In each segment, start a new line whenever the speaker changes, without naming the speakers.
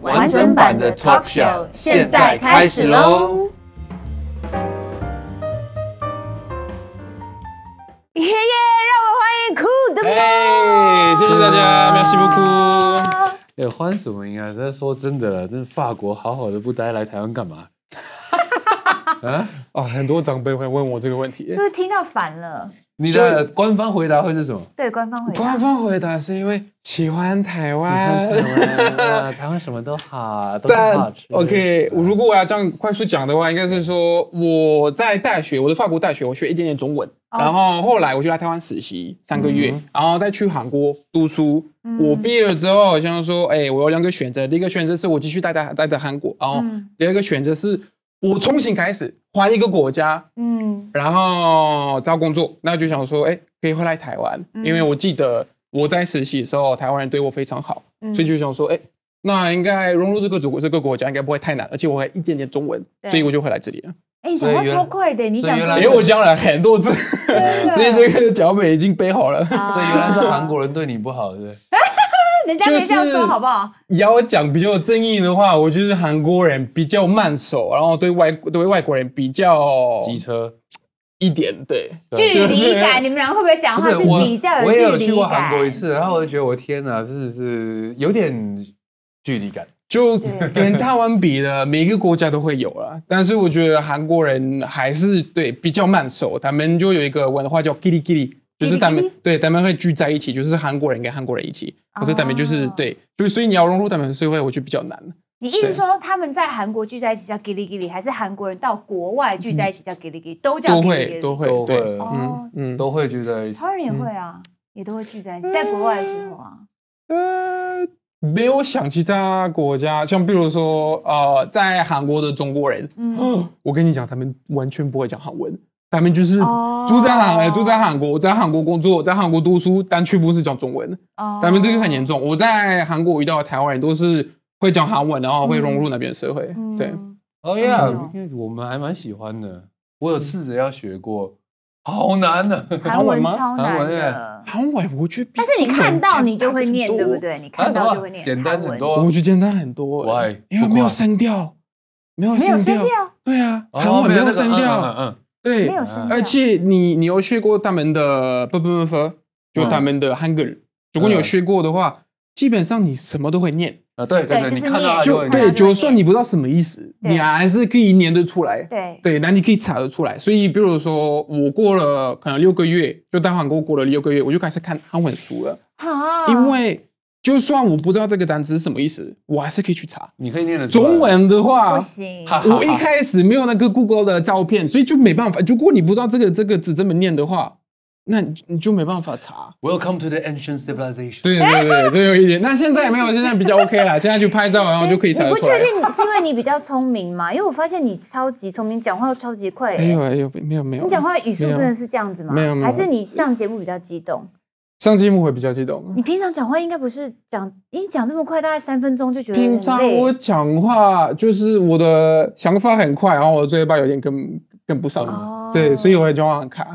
完整版的 talk show 现在开始喽！
耶耶，让我们欢迎酷的
哎，谢谢大家，merci beaucoup。
啊哎，欢什么迎啊？这说真的了，这法国好好的不待，来台湾干嘛？
啊，很多长辈会问我这个问题
是不，是听到烦了？
你的官方回答会是什么？
对，官方回答
官。方回答是因为喜欢台湾。
啊台湾什么都好，都很好
但
吃。
OK，我如果我要这样快速讲的话，应该是说我在大学，我的法国大学，我学一点点中文，然后后来我就来台湾实习三个月，然后再去韩国读书。我毕业了之后，好像说，哎，我有两个选择，第一个选择是我继续待在待在韩国，然后第二个选择是我重新开始换一个国家，
嗯，
然后找工作，那就想说，哎，可以回来台湾，因为我记得我在实习的时候，台湾人对我非常好，所以就想说，哎，那应该融入这个祖这个国家应该不会太难，而且我还一点点中文，
对
所以我就回来这里了。
哎，你讲话超快的，你
所以
讲
原
中
来
因
文
为我讲了很多次，所以这个脚本已经背好了。
所以原来是韩国人对你不好，对不对？
啊人家没这样
就
说
是
好不好？
要讲比较有正义的话，我就是韩国人比较慢手，然后对外对外国人比较
机车。
一点，对，
距离感，你们俩会不会讲哦话是
我
比较
我也有
有距
去
离
过韩
感？
国一次，然后我就觉得我天哪，真的是有点距离感。
就跟台湾比的，每一个国家都会有啦。但是我觉得韩国人还是对比较慢熟，他们就有一个文化叫 “giri giri”，就是他们对他们会聚在一起，就是韩国人跟韩国人一起，可是他们就是、对，就所以你要融入他们社会，我觉得比较难。
你一直说他们在韩国聚在一起叫 “gili gili”，还是韩国人到国外聚在一起叫 “gili gili”，都
嗯
叫
都
“gili
会
gili”。
都会
都
对，
会
哦，
嗯，
都会聚在一起
台。湾人也会啊，也都会聚在一起，在国外的时候啊。
呃，没有想其他国家，像比如说呃，在韩国的中国人，
嗯
我跟你讲，他们完全不会讲韩文，他们就是
哦
住在韩、呃住在韩国，在韩国工作，在韩国读书，但却不是讲中文，
哦，
他们这个很严重。我在韩国遇到的台湾人都是会讲韩文，然后会融入那边的社会，
嗯嗯
对。
哦呀，因为我们还蛮喜欢的，我有试着要学过，好难啊 呢。
韩
韩
文
文吗
超
韩
难
文耶
的，
韩文我觉得比
但是你
中文
看到
简
你就
单
会
很
念，
多
对不？对？你看到就会念
简单
韩
很
文
多。
我觉得简单很多欸，
Why？
因为没有
不管
声调，没有
没有
声
声
调，
调，
对啊，
哦
韩文没有声
那个
调，
嗯嗯嗯，
对，
没有声调，
而且你你有学过他们的不不不不，
嗯
就他们的汉 a 如果你有学过的话，基本上你什么都会念，
啊对对对，
对就
你
是
看到
念
它
就
会
就
会
念
对，
念
就算你不知道什么意思，
对
你还是可以念得出来。
对
对，那你可以查得出来。所以，比如说我过了可能六个月，就在韩国过了六个月，我就开始看韩文书了，
啊
因为就算我不知道这个单词是什么意思，我还是可以去查。
你可以念得出来
中文的话
不，行，
哈哈
我一开始没有那个 Google 的照片，所以就没办法。如果你不知道这个这个字怎么念的话，那你你就没办法查。
Welcome to the ancient civilization。
对对对，这有一点。 那现在没有，现在比较 OK 啦。现在去拍照，然后就可以查
我
得
不
出来
确。定你是因为你比较聪明嘛？因为我发现你超级聪明，讲话又超级快、
哎呦哎呦，没有没有。
你讲话语速
没有
真的是这样子吗？
没有没有
还是你上节目比较激动？
上节目会比较激动。啊
你平常讲话应该不是讲，你讲这么快，大概三分钟就觉得
平
很
常
嗯累
我讲话就是我的想法很快，然后我的嘴巴有点跟跟不上。
哦
对，所以我会讲话很卡。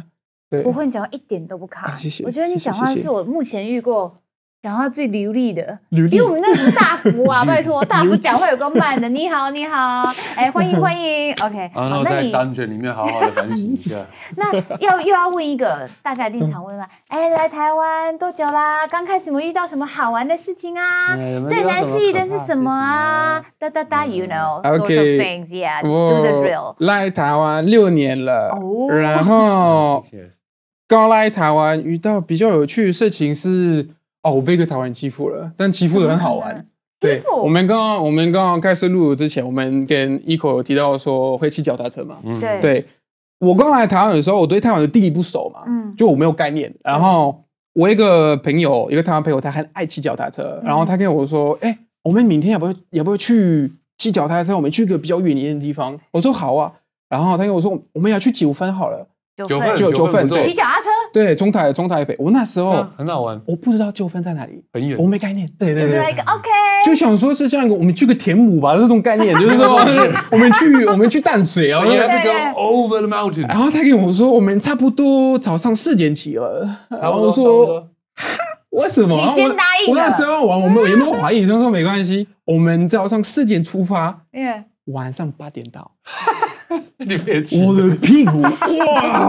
对，
不会你讲话一点都不卡。
啊谢谢
我觉得你讲话
谢谢谢谢
是我目前遇过讲话最流利的。
履历
因为我们那是大福 啊，拜托，大福讲话有够慢的。你好，你好，哎，欢迎欢迎，OK。
然后
好，那
在
你
dungeon 里面好好的反省一 下。
那要又要问一个大家一定常问了，哎，来台湾多久啦？刚开始有没有遇到什么好玩的事情啊？
哎有没有
最
遇到
难
什么
适应的
可怕的
是什
事
么
情
啊
哎
啊？嗯
哒哒哒，you know sort of
OK
things, yeah, do the
我
drill。
来台湾六年了，
哦
然后
谢谢。
刚来台湾遇到比较有趣的事情是，哦，我被一个台湾人欺负了，但欺负的很好 玩。对，
哦
我们刚刚我们刚刚开始录之前，我们跟 Eco 有提到说会骑脚踏车嘛，
嗯，
对
对我刚来台湾的时候，我对台湾的地理不熟嘛，
嗯
就我没有概念。然后我一个朋友，一个台湾朋友，他很爱骑脚踏车，然后他跟我说：“哎、我们明天要不要要不要去骑脚踏车，我们去一个比较远一点的地方。我说好啊，然后他跟我说我们要去九份好了，
九份
九份
不错
骑脚踏车，
对，从台从台北。我那时候、
哦，很好玩，
我不知道九份在哪里，
很远
我。没概念。对对
就是
对。
like OK，
就想说是像一个我们去个田母吧，这种概念，就是说我们去我们去淡水啊，
You
然后
have to go over the mountain，
然后他跟我说我们差不多早上四点起了，然
差
后
不多
我
差不
说
多。
为什么？
你先
我
答应啊
我那
了
时候玩，我们有没有怀疑？他说没关系，我们早上四点出发，
因为
晚上八点到。
你别去。
我的屁 股，哇！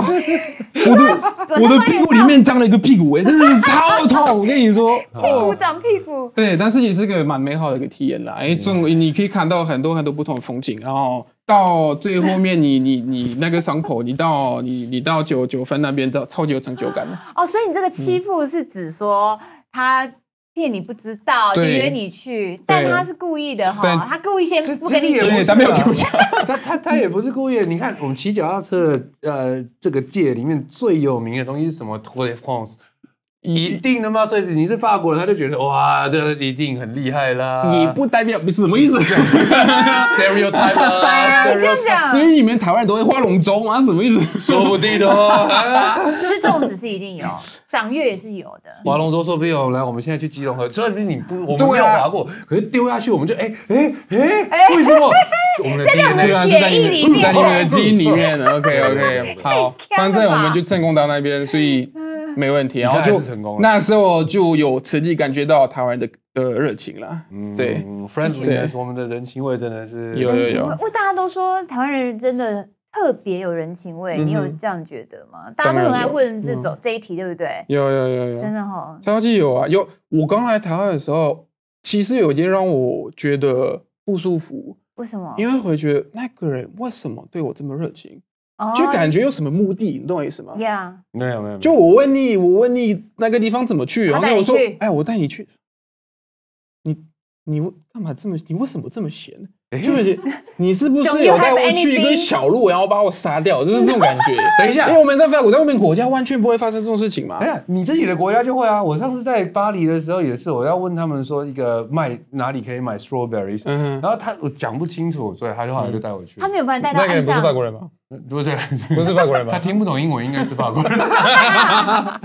我 的我的屁股里面长了一个屁股，哎，真的是超痛！我跟你 说，
屁股长屁股，
对，但是也是个蛮美好的一个体验啦。哎，
嗯
这种你可以看到很多很多不同的风景，然后到最后面你，你你那个伤口，你到你你到九九分那边，超超级有成就感的。
哦，所以你这个欺
嗯
负是指说他骗你不知道，就
对
约你去，但他是故意的
对
哈，他故意先
这
不跟你
这也
讲
不
对，
是
他没有给我 讲，
他他他也不是故意的。你看，我们骑脚踏车的呃这个界里面最有名的东西是什么？Tour de France，一定的嘛。所以你是法国人，他就觉得哇，这个一定很厉害啦。
也不代表不是什么意 思。
stereotype 啦
哎这样
，stereotype，
讲
所，以你们台湾人都会划龙舟吗？什么意思？
说 不定的哦。
吃粽子是一定有，赏月也是有的。
划龙舟说不定哦我们来，我们现在去基隆河。虽然你不，我们没
对
有
啊
划过，可是丢下去我们就哎哎哎，为 什么？我们的这
我们
虽然是在你
血液里
们
面
在你们的基因里面，OK OK，好，反正我们就成功到那边，所以没问 题。然后
你
就
看还是成功了
那时候就有实际感觉到台湾的的热情了，对，
嗯，friendliness，我们的人情味真的是
有有有
我我大家都说台湾人真的特别有人情
嗯
味，你有这样觉得吗？大家都很爱问这种这一题，对不对？
有有有有
真，的哈，
超级有啊！有我刚来台湾的时候，其实有一点让我觉得不舒服，
为什么？
因为会觉得那个人为什么对我这么热情，
哦
就感觉有什么目的，你懂我意思吗？
，Yeah，
没有没有，
就我问你，我问你那个地方怎么去，
他
然后
带你
我说
去，
哎，我带你去。你你干嘛这么？你为什么这么闲？就是你是不
Don't
是
you
有带
have
我去一
anything？
个小路，然后把我杀掉？就是这种感觉。
等一下
因为我们在法国，在外面国家完全不会发生这种事情嘛
哎。呀，你自己的国家就会啊！我上次在巴黎的时候也是，我要问他们说一个卖哪里可以买 strawberries，、
嗯哼，
然后他我讲不清楚，所以他就后来就带我去。
他没有把你带到岸上。
国人 吗？
不是，
不是法国人
他？听不懂英文，应该是法国 人。
啊，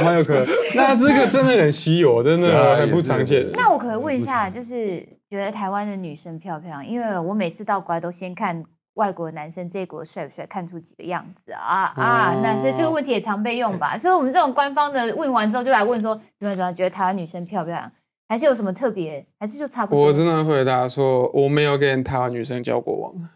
蛮有可能。 那这个真的很稀有，真
对 啊也是也是
那我可不可以问一下，就是觉得台湾的女生漂不漂亮？因为我每次到国外都先看外国男生这一国帅不帅，看出几个样子啊啊！那所以这
哦
个问题也常被用吧。所以我们这种官方的问完之后，就来问说怎么怎么样觉得台湾女生漂不漂亮，还是有什么特别，还是就差不多？
我真的回答说，我没有跟台湾女生交过往，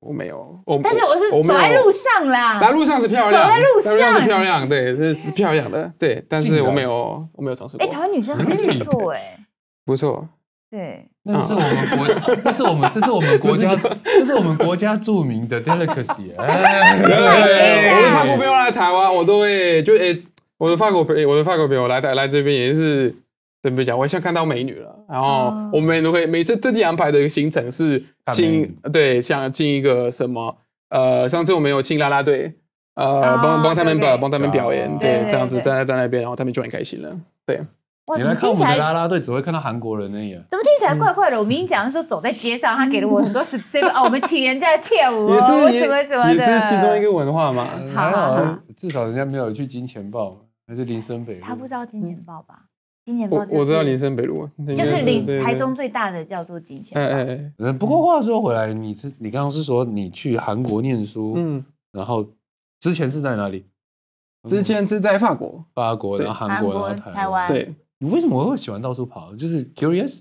我没有。我
但是我是
我没
走
有
在路上啦，
在路上是漂亮，
走在路啊上
是漂亮，对，这是漂亮的，对。但是我没有，我没有尝试
哎、
过
台，湾女生还不错哎、
不错。
对，
那是我们国，那是我们，这是我们国家，这是我们国家著名的 delicacy 哎。
对，我的
对
法国朋友来台湾，我都会就诶，我的法国朋，我的法国朋友来台来这边也是怎么讲？我想看到美女了，然后
哦
我们都会每次特地安排的一个行程是
看美
进
女
对，像进一个什么呃，上次我们有进啦啦队。呃，
哦
帮帮他们
对
表
对
帮他们表演，
哦
对
对
对，
这样子
对
站在站在那边，然后他们就很开心了。
哇，
你
怎
来看
么听
我
起
们的
来
啦啦队，只会看到韩国人而已啊。
怎么听起来
嗯
怪怪的？我明明讲说走在街上，他给了我很 多 specific 哦，我们请人家跳舞、哦，
也
我
是
怎么怎么
也
的，
也是其中一个文化嘛。
嗯
好
还
好
好
好，
至少人家没有去金钱豹，还是林森北路。
他不知道金钱豹吧？金钱豹、
嗯我
就是、
我知道林森北路，啊
就是
林
林台中。最大的叫做金钱
哎
豹。
哎，哎
嗯，不过话说回来，你是你刚刚是说你去韩国念书，
嗯，
然后之前是在哪里？
之前是在法国，
法国，
对
然后韩国，
韩
然
国
后
台
台湾。
湾
对，
你为什么会喜欢到处跑？就是 curious，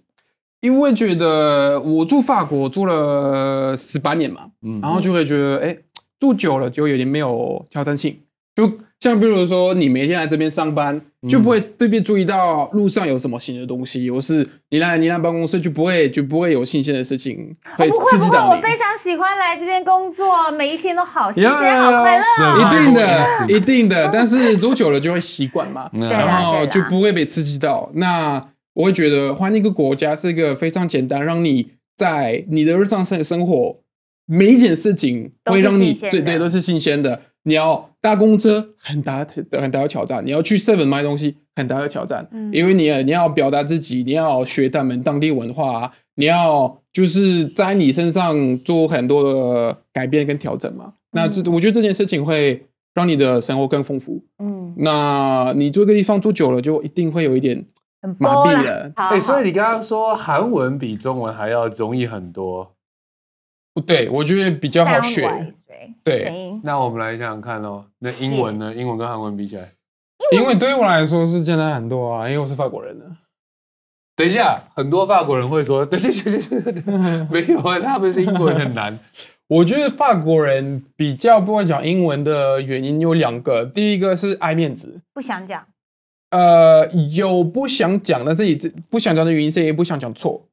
因为觉得我住法国住了十八年嘛，
嗯
哦
然后就会觉得，哎，住久了就有点没有挑战性。就像比如说，你每天来这边上班，就不会特别注意到路上有什么新的东西，或是你来你来办公室就不会就不会有新鲜的事情会
哦不会
哎刺
不
激
会，
到
我
你。
非常喜欢来这边工作，每一天都好新鲜，
呀呀呀
好快乐。啊
一定
Survival
的，
instinct
一定的，但是做久了就会习惯嘛，
对啦
然
对啊
后
啦
哦就不会被刺激到。那我会觉得换一个国家是一个非常简单，让你在你的日常生生活每一件事情
都
会
是
让你
新鲜的
对对都是新鲜的。你要搭公车很大很大的挑战，你要去 Seven 买东西很大的挑战，
嗯
因为你你要表达自己，你要学他们当地文化、啊，你要就是在你身上做很多的改变跟调整嘛。那
嗯
这我觉得这件事情会让你的生活更丰富。
嗯，
那你住一个地方住久了，就一定会有一点
很
麻
波
痹
啦
了。
好
哎、
好
所以你刚刚说韩文比中文还要容易很多，
不对，我觉得比
比
较好学。对
声音
那我们来想想看哦，那英文呢？英文跟韩文比起来，
因为对我来说是简单很多啊，因为我是法国人啊。
等一下，很多法国人会说，对对对对对对，没有啊，他们是英文很难。
我觉得法国人比较不会讲英文的原因有两个，第一个是爱面子，
不想讲，
呃，有不想讲，但是也不想讲的原因是也不想讲错，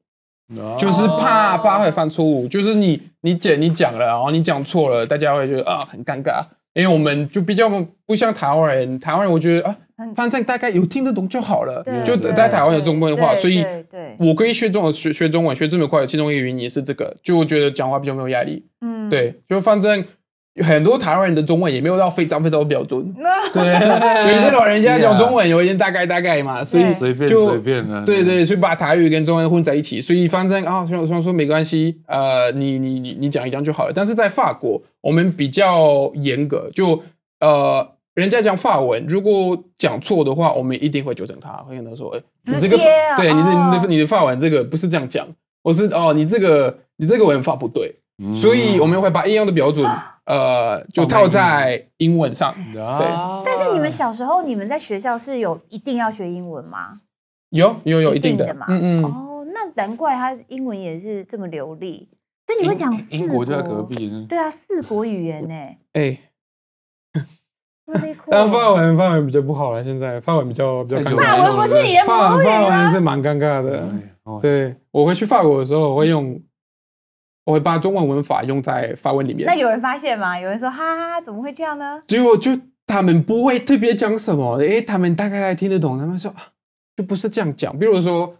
哦
就是怕怕会犯错误，就是你你姐你讲了，然后你讲错了，大家会觉得啊很尴尬，因为我们就比较不像台湾人，台湾人我觉得啊
很，
反正大概有听得懂就好了
对，
就
对
在台湾有中文化，
对
所以
对对，
我可以学中文学学中文学这么快的其中一个原因也是这个，就我觉得讲话比较没有压力，
嗯，
对，就反正很多台湾人的中文也没有到非常非常标准，
那
对，有些老人家讲中文有一点大概大概嘛，所以
对
随便
就
随便呢、啊，
对
嗯
对，所以把台语跟中文混在一起，所以反正啊，虽然虽然说没关系，呃，你你你你讲一讲就好了。但是在法国，我们比较严格，就呃，人家讲法文，如果讲错的话，我们一定会纠正他，会跟他说，哎、你这个
直接啊
对你这你
哦
的你的法文这个不是这样讲，我是哦，你这个你这个文法不对，
嗯，
所以我们会把一样的标准，呃，就套在英文上。
哦
啊
但是你们小时候你们在学校是有一定要学英文吗？
有有有
一
一定
定
的，
的嘛
嗯嗯，
哦，那难怪他英文也是这么流利，所以你会讲四
英国就在隔，壁，
对啊，四国语言 呢，
哎、
really cool
但法文法文比较不好了，现在法文比较比较尴尬。
法
文不是啊你的
法
母语
法文
吗？
是蛮尴尬的。
哎哦
对我回去法国的时候，我会用，我会把中文文法用在法文里面。
那有人发现吗？有人说哈哈，怎么会这样呢？
结果就他们不会特别讲什么，诶，他们大概听得懂，他们说啊，就不是这样讲。比如说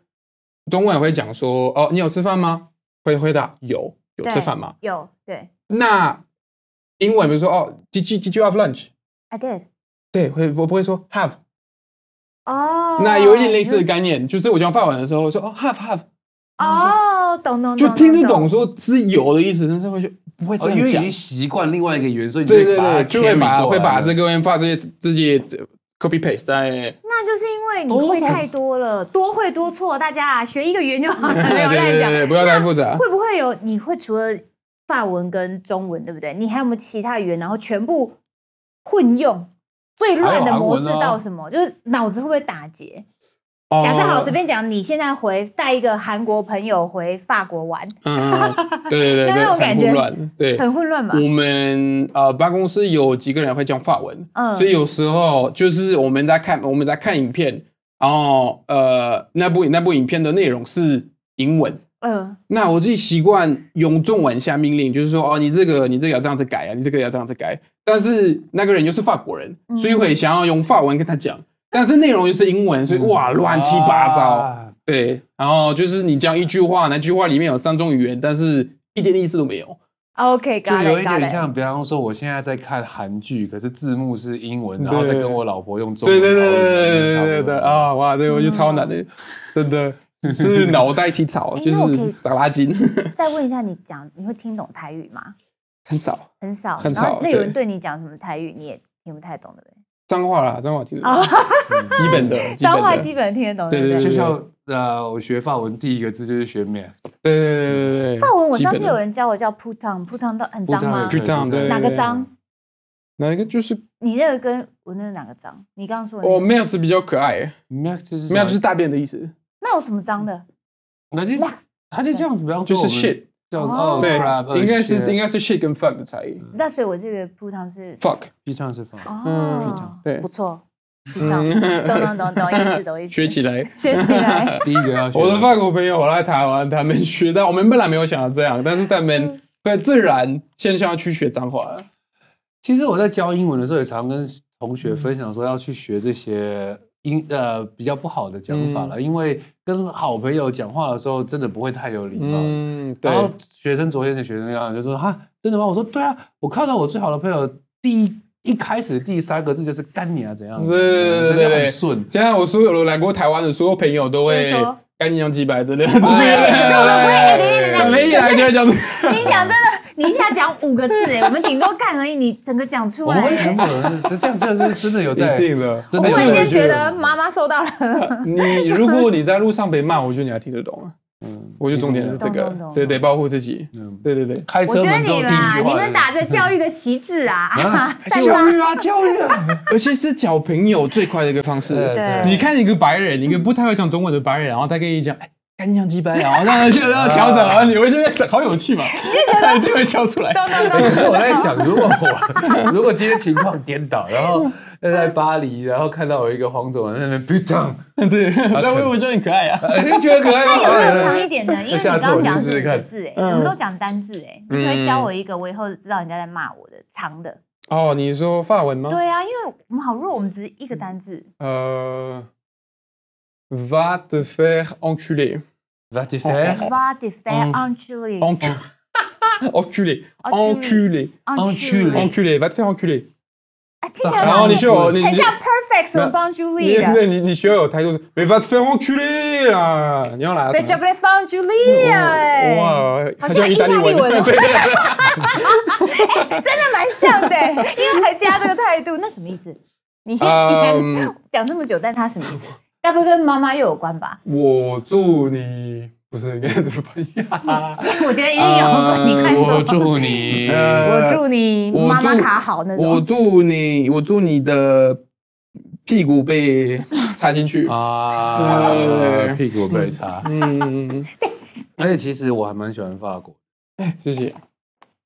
中文也会讲说，哦，你有吃饭吗？会回答有，有
对
吃饭吗？
有，对
那英文比如说哦，Did you Did you have lunch？
，I did。
对，会我不会说 have，
哦，
那有一点类似的概念，就是我讲法文的时候，我说哦 have have，
哦，懂懂，
就
懂
听得懂，说是有的意思，但是会就不会这
哦，因
样
为已
讲
经。习惯另外一个语言，所以你
对对对，
就
就
会
会
把
把会把这
个
个文法这些这些 copy paste 在
那就是因为
多多
你会
少少
太多了，多会多错，大家啊学一个语言 就好了，
对
没有
对
乱
对
讲。
对，不要太复杂。
会不会有？你会除了法文跟中文，对不对？你还有没有其他语言，然后全部混用？最乱的模式
还有韩文啊
到什么？就是脑子会不会打结？
哦
假设好，随便讲，你现在回带一个韩国朋友回法国玩，
嗯，对对对
那
对，
种感
很
觉
混乱。对，
很混乱吧？
我们呃办公室有几个人会讲法文，
嗯
所以有时候就是我们在看我们在看影片，然后呃那部那部影片的内容是英文，
嗯，
那我自己习惯用中文下命令，就是说哦，你这个你这个要这样子改啊，你这个要这样子改。但是那个人又是法国人，
嗯
所以会想要用法文跟他讲，但是内容又是英文，
嗯
所以哇乱七
啊
八糟。对，然后就是你讲一句话，那句话里面有三种语言，但是一点意思都没有。
OK，
就
got
有
it，
一
got
点
it
像，比方说，我现在在看韩剧，可是字幕是英文，
对
然后再跟我老婆用中
对
文讨
对
论。
对对对对对
差不多
嗯
对！啊！哇，这个我就超难的，真的是脑袋起草，
哎
就
那我可以
是打拉筋，
再问一下，你讲你会听懂台语吗？
很少
很少，
很
然后
少
那有人
对
对你讲什么台语，你也听不太懂，对不对？
脏话啦，脏话听得懂
哦，
基本的，基
脏
本
话
的，
基本听得懂，
对
不
对
就
对
像呃，我学法文第一个字就是学 m a
对对对对对。
法文我
基
上
本的
次有人教我叫 put on put on 到很脏吗？
对对
哪个脏？
哪一个就是
你那个跟我那个哪个脏？你刚刚说的
哦
那个
，mail 是比较可爱
m a 就是啊
，mail 就是大便的意思，
那有什么脏的？
那就
Mac
他就这样，比方
就
说我们
是 shit，
叫
哦
哦
对
crap，呃，
应该是
shit
应该是 shit 跟 fuck 的差异
那所以我这个扑汤是
，fuck
屁唱是法文。
哦，
嗯对嗯
不错，知道，懂懂懂懂意思，懂意思，
学起来。
学起来，
第一个要学
我的法国朋友我来台湾，他们学到我们本来没有想要这样，但是他们会自然现象去学脏话了。
其实我在教英文的时候，也常跟同学分享说要去学这些英呃比较不好的讲法了，因为跟好朋友讲话的时候，真的不会太有礼貌。
嗯，对
然，后学生昨天的学生样就说哈，真的吗？我说对啊，我看到我最好的朋友第一一开始第三个字就是干你啊怎样，
对对对
真的
对
很顺。
现在我所有来过台湾的所有朋友都会
就是说
干你娘几百之类的，就是
哎等一下等一下
我们一来就会讲这个。
你讲真的，你一下讲五个字哎，我们顶多干而已，你整个讲出
我
来
们会原
哎。
本这这样这样是真的有在，
的
真的
我忽
有
然间
在。
觉得妈妈收到了，
你如果你在路上被骂，我觉得你还听得懂啊。嗯，我觉得重点是这
懂
个
懂懂，
对对，保护自己。
嗯
对对对，
开
我
车
觉得
门之后
你
第
们啊
一句，话，
你们打着教育的旗帜 啊，啊散
教
发
育啊教育啊，
而且是交朋友最快的一个方式。
对
你看一个白人，一个不太会讲中文的白人，然后他跟你讲，哎，干你娘鸡掰，然后让他觉得调整，然后你会觉得好有 趣嘛，一定会笑出来。
哎可是我在想，如果我如果今天情况颠倒，然后在巴黎，然后看到有一个黄种人在那边 beat down，
对，但我我觉得很可爱啊。
哎你觉得可爱
那有没
吗？
有长 一点的？因为你
下
刚
次我去
刚讲的
试
是
试
五个
看。嗯
字哎，我们都讲单字哎，你可不可以教我一个，我以后知道人家在骂我的长的。
哦，你说法文
嗯
吗？
对啊，因为我们好弱，我们只是一个单字。
呃，va te faire enculer。
Va te faire
Va d e f e r e n t u l y
Encu- enculé, enculé,
Enculé.
enculé
enculé, va te faire enculer。
啊，听起来
然后你学我，你
很
你
像 perfect 什么 b o u n d a r
你
y 的。
对你你学我有态度是，mais va te faire enculer 啊！你要来啊？
被 j a p a n e b o u n d a r y
啊
哎，
哇，
好
它叫
像
意
意
大
大
利
利
文，
文 哦
对，
真的蛮像的欸，因为还加这个态度，那什么意思？你先你
嗯
看讲这么久，但他什么意思？该不会跟妈妈又有关吧？
我祝你不是应该怎么翻译？
我觉得一定有关，你快
我
说。
祝你，
我
呃
祝你
我
妈妈
祝
卡好那
我
种。
祝你，我祝你的屁股被插进去。
啊
对，
屁股被擦。
嗯，
而且其实我还蛮喜欢法国，
谢谢。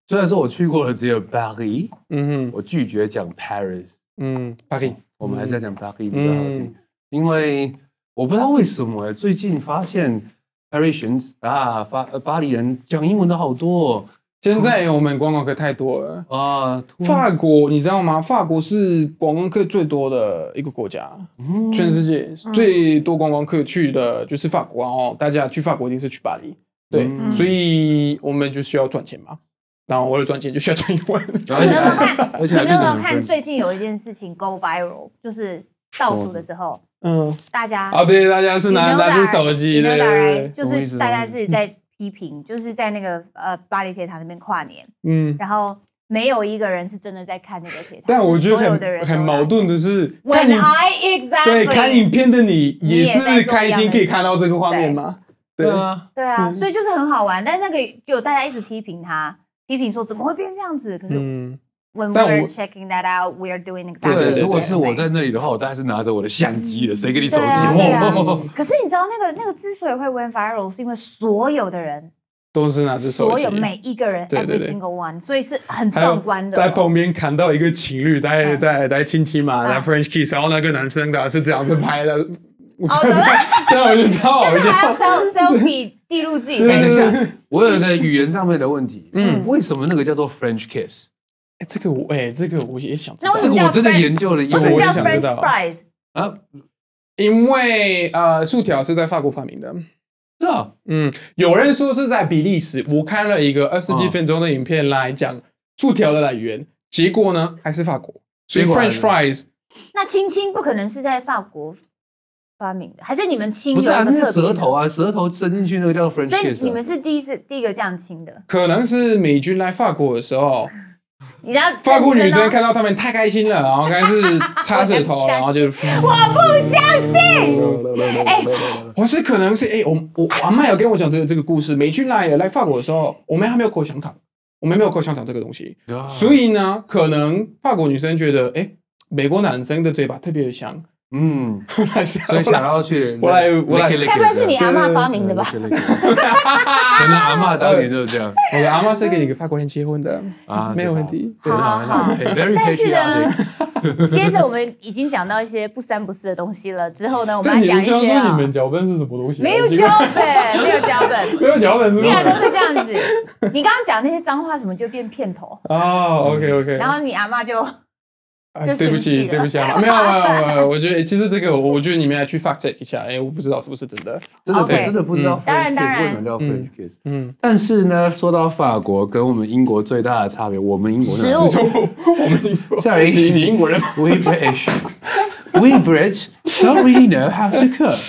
虽然说我去过的只有 Paris，
嗯哼，
我拒绝讲 Paris，
嗯，Paris，
我们还是要讲 Paris 比较好
嗯
听，因为我不知道为什么欸最近发现 Parisians 啊，法呃巴黎人讲英文的好多
现在我们观光客太多了。
哦啊，突然
法国，你知道吗？法国是观光客最多的一个国家，
嗯
全世界最多观光客去的就是法国啊哦。大家去法国一定是去巴黎，对，
嗯
所以我们就需要赚钱嘛。然后为了赚钱，就需要讲英文。
而
你
且
有没有看？
而
你
且还
有没
变
有
成
看
很
最近有一件事情 go viral，就是倒数的时候，
嗯，
大家
啊，对，大家是拿
You know
拿出
that,
手机，
you know
对
that,
对对
right？，就是大家自己在批评，就是在那个呃巴黎铁塔那边跨年，
嗯。
然后没有一个人是真的在看那个铁塔，
但我觉得
所有的人
很
都
很矛盾的是，看
在。When
影
I
对
exactly
看影片的你
你
也
也在
是
做
开
一样
心
的
可以
事
看到这个画面吗？
对啊，
对啊，
嗯
所以就是很好玩，但是那个就大家一直批评他，批评说怎么会变这样子？可是
嗯，
when
但
we're
我
checking that out, we are doing
对
exactly.
对对
对，
the
如果
same
是我
thing
在那里的话，我当然是拿着我的相机的，谁给你手机？
对啊对啊
哦
可是你知道那个那个之所以会 went viral，是因为所有的人，
都是拿着手
所
机
有，每一个人
对对
every
对
single one，所以是很
还有
壮观的。哦
在旁边看到一个情侣在
嗯
在在亲亲嘛，
嗯
在 French kiss，然后那个男生的啊是这样子拍的，我
哦对
对，我就超好
就是还要
笑。
self selfie 记录自己
哎，
的。
等一下， 我有一个语言上面的问题，
嗯
嗯，为什么那个叫做 French kiss？
哎这个我哎，这个我也想知道
那为，什
这
么
个
叫
我真的
French-
研究了一
为什
晚
我
么叫
也想知
French
道
fries？
啊，
因为呃，薯条是在法国发明的。
是啊，
嗯，有人说是在比利时，我看了一个二十
嗯
几分钟的影片来讲薯条的来源，结果呢还是法国，所以
结果还
French
是
fries
那亲亲不可能是在法国发明的，还是你们亲
不是啊，
有一个
那是
特别的
舌头，啊，舌头伸进去那个叫 French
所
kiss 啊。
以你们是第一次第一个这样亲的。
可能是美军来法国的时候，
你知道
法国女
真的
生
哦
看到他们太开心了，然后开始擦舌头，然后就
我不相
嗯
信。
嗯
哎，
我是可能是哎、我我我阿妈有跟我讲这个这个故事，美军来来法国的时候，我们还没有口香糖，我们没有口香糖这个东西，
啊
所以呢，可能法国女生觉得哎、美国男生的嘴巴特别的香，
嗯，所
所
以想要去，
我来我来
该不会是你阿妈发明的吧？
可 能阿妈当年就是这样
我的阿妈是跟一个法国人结婚的，
啊，
没有问题。
对。很好，很好对，very
但是
patriotic。
呢， 接着我们已经讲到一些不三不四的东西了，之后呢，我们
但
来
你
讲
们
一
教
些啊
说你们脚本是什么东西啊？
没有
奇
脚
怪
本，没有脚本，
没有脚本是
竟然都
吗？
是这样子。你刚刚讲那些脏话什么就变片头，
啊
啊
哦，OK OK。
然后你阿妈就
对
就
不
生气
起，
了
哎对不起 啊，没有没有没有，我觉得、诶哎其实这个我我觉得你们要去 fact check 一下，哎、我不知道是不是真的，
真的
OK
真的不知道
嗯当然
French
当
kiss
然
为什么叫 French kiss。
嗯，
但是呢，说到法国跟我们英国最大的差别，我们英国
食
人
物
就我们英国，
Sorry，
你你英国人吗
We British, we Brits don't really know how to cook,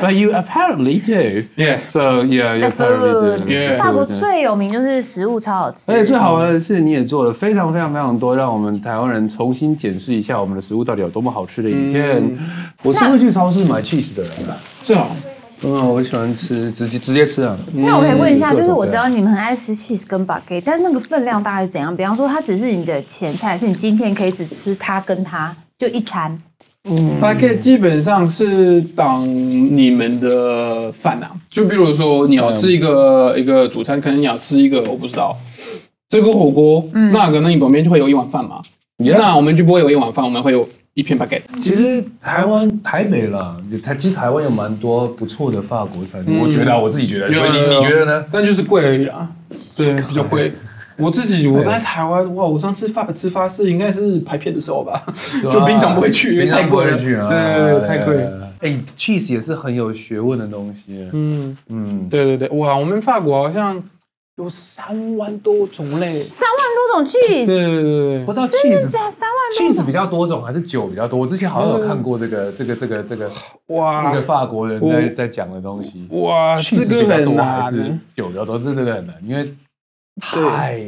but you apparently do.
，Yeah，
So yeah, you
The
apparently do.
food
Yeah
法国最有名就是食物超好
哎
吃，
而且最好玩的是，你也做了非常非常非常多，让我们台湾人重新检视一下我们的食物到底有多么好吃的影片。我是会去超市买 cheese 的人啊，
嗯最好
嗯，我喜欢吃直接直接吃啊。
那我可以问一下，
嗯
就是我知道你们很爱吃 cheese 跟 baguette，但那个分量大概是怎样？比方说，它只是你的前菜，还是你今天可以只吃它跟它就一餐？
大概基本上是当你们的饭啊，就比如说你要吃一个、一个主餐，可能你要吃一个我不知道这个火锅，那可能你旁边就会有一碗饭嘛
Yeah
那我们就不会有一碗饭，我们会有一片 baguette。
其实台湾台北啦，台其实台湾有蛮多不错的法国餐
嗯
厅，我觉得啊我自己觉得，所以你你觉得呢？？
但就是贵而已啦，对，比较贵。我自己我在台湾哇，我上次发吃法式应该是排片的时候吧， 就啊平常不会去，因为
平
太
常不
贵
会
了，
去啊，
对，太贵。了。
了。哎，cheese 也是很有学问的东西。
嗯，
嗯，
对对对，哇，我们法国好像有三万多种类，
三万多种
对
cheese，
对对
不知道 cheese
加三万
cheese 比较多种还是酒比较多？我之前好像有看过这个这个这个这个
对，
那
哇
个法国人
嗯啊我
在在讲的东西。
哇，这
cheese 比
个
较
很
多还是
难，
酒比较多？这这个很难，因为太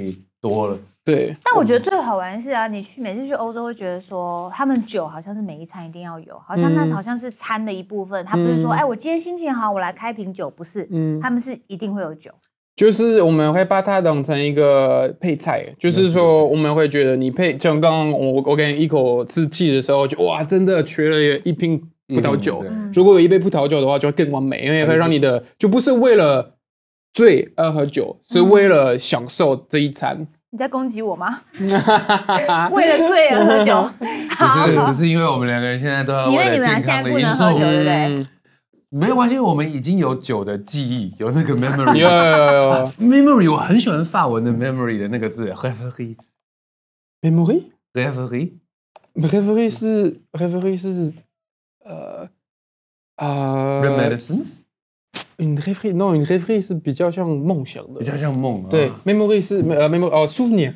多了。
对，
但我觉得最好玩的是啊，你去每次去欧洲会觉得说，他们酒好像是每一餐一定要有，好像那
嗯
好像是餐的一部分。他不是说，
嗯
哎，我今天心情好，我来开瓶酒，不是，
嗯，
他们是一定会有酒。
就是我们会把它当成一个配菜，就是说我们会觉得你配，像刚刚我我给你一口吃气的时候，就哇，真的缺了一瓶葡萄酒
嗯对。
如果有一杯葡萄酒的话，就会更完美，因为会让你的就不是为了醉而喝酒，是
嗯
为了享受这一餐。
你在攻击我吗？ 为了醉而喝酒，
只是只是因为我们两个人现在都要
因
为
为
了
你们俩
健
现在
康的
不
因
能喝
素
酒，， 对不
嗯
对？
没有关系，我们已经有酒的记忆，有那个 memory。
有有有有
memory，我很喜欢法文的 memory 的那个字 r e f e r i
，memory
r e f e r i
reverie 是 reverie 是呃啊
r e m e d i c i n e s
une reverie no une reverie 是比较像梦想的
比，较像梦啊。
对，memory 是呃 memory 哦 souvenir。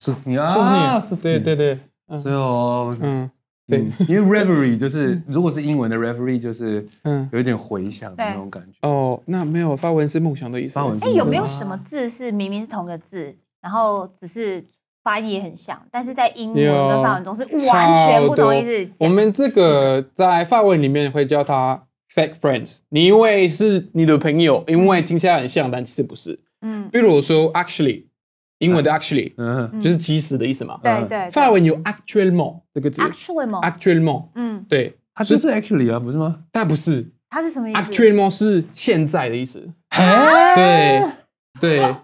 是你
啊
啊，，
对对对，
所以哦，
嗯对
嗯，因为 reverie 就是如果是英文的 reverie 就是
嗯，
有一点回响的那种感觉。
哦，那没有发文是梦想的意思。
法文是
哎、有没有什
嗯
么字是明明是同个字，然后只是发音也很像，但是在英文跟法文中是完全不同意思
超？多我们这个在法文里面会叫它 fake friends，你因为是你的朋友，因为听起来很像，但其实不是。
嗯，
比如说 actually，英文的 actually
嗯，
就是其实的意思嘛。
对对
呃法文有 actuellement 这个字
a c t u a l l y 吗？
，actuellement
嗯，
对，
它就是 actually 啊，不是吗？
但不是
它是什么意思
actuellement 是现在的意思。对对，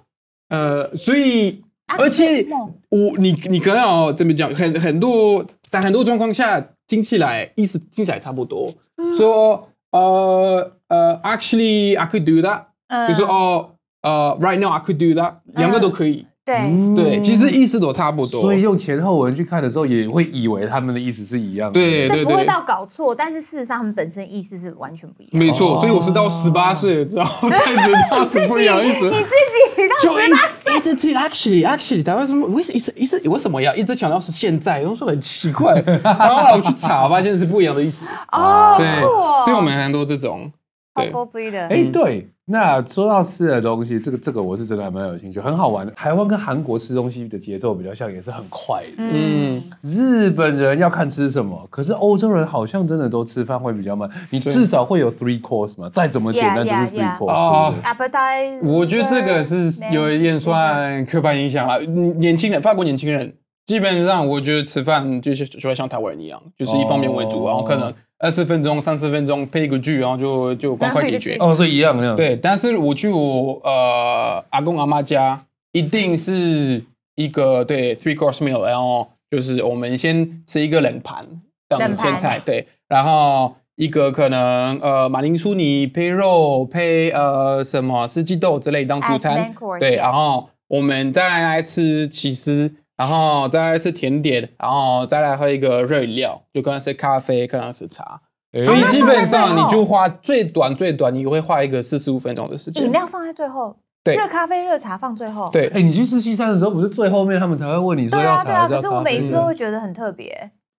呃，所以
Actuellement
而且我你你可能要这么讲，很很多但很多状况下听起来意思听起来差不多，
嗯
说呃呃，actually I could do that，
嗯
比如说哦呃，right now I could do that，两个都可以。
对，
对，其实意思都差不
嗯
多。
所以用前后文去看的时候，也会以为他们的意思是一样的。
对对
这不会
对，
到搞错，但是事实上他们本身意思是完全不一样。
没错。所以我是到十八岁之后才知道是不一样的意思。
你自己让
就一一直听 actually actually 台湾什么为什一直一直为什么要一直强调是现在，然后说很奇 怪，然后后来我去查，发现是不一样的意思。
哦，
对
酷哦，
所以我们很多这种
好
嗯对
高追的，
哎，对，那说到吃的东西，这个这个我是真的还蛮有兴趣，很好玩的。台湾跟韩国吃东西的节奏比较像，也是很快的。
嗯，
日本人要看吃什么，可是欧洲人好像真的都吃饭会比较慢，你至少会有 three course 嘛，再怎么简单
Yeah,
就是 three
yeah, yeah.
哦
course 对不对。
appetizer。
我觉得这个是有一点算刻板印象啦。年年轻人，法国年轻人基本上我觉得吃饭就是就会像台湾人一样，就是一方面为主，
哦
然后可能二十分钟、三十分钟配一个剧，然后就就赶快解决。
哦，所以一样那样。，
对，但是我去我呃阿公阿妈家，一定是一个对 three course meal，然后就是我们先吃一个冷盘当
冷盘
前菜，对，然后一个可能呃马铃薯泥配肉配呃什么四季豆之类当主
As
餐
main course，
对，
yes
然后我们再来吃起司，然后再来吃甜点，然后再来喝一个热饮料，就可能是咖啡，可能是茶。所以基本上你
哦
就花最短最短，你会花一个四十五分钟的时间。
饮料放在最后，
对
热咖啡、热茶放最后。
对，
哎，你去吃西餐的时候，不是最后面他们才会问你说
对
要
啊，对
茶
啊。
还
可
要
是我
咖啡
每次都会觉得很特别。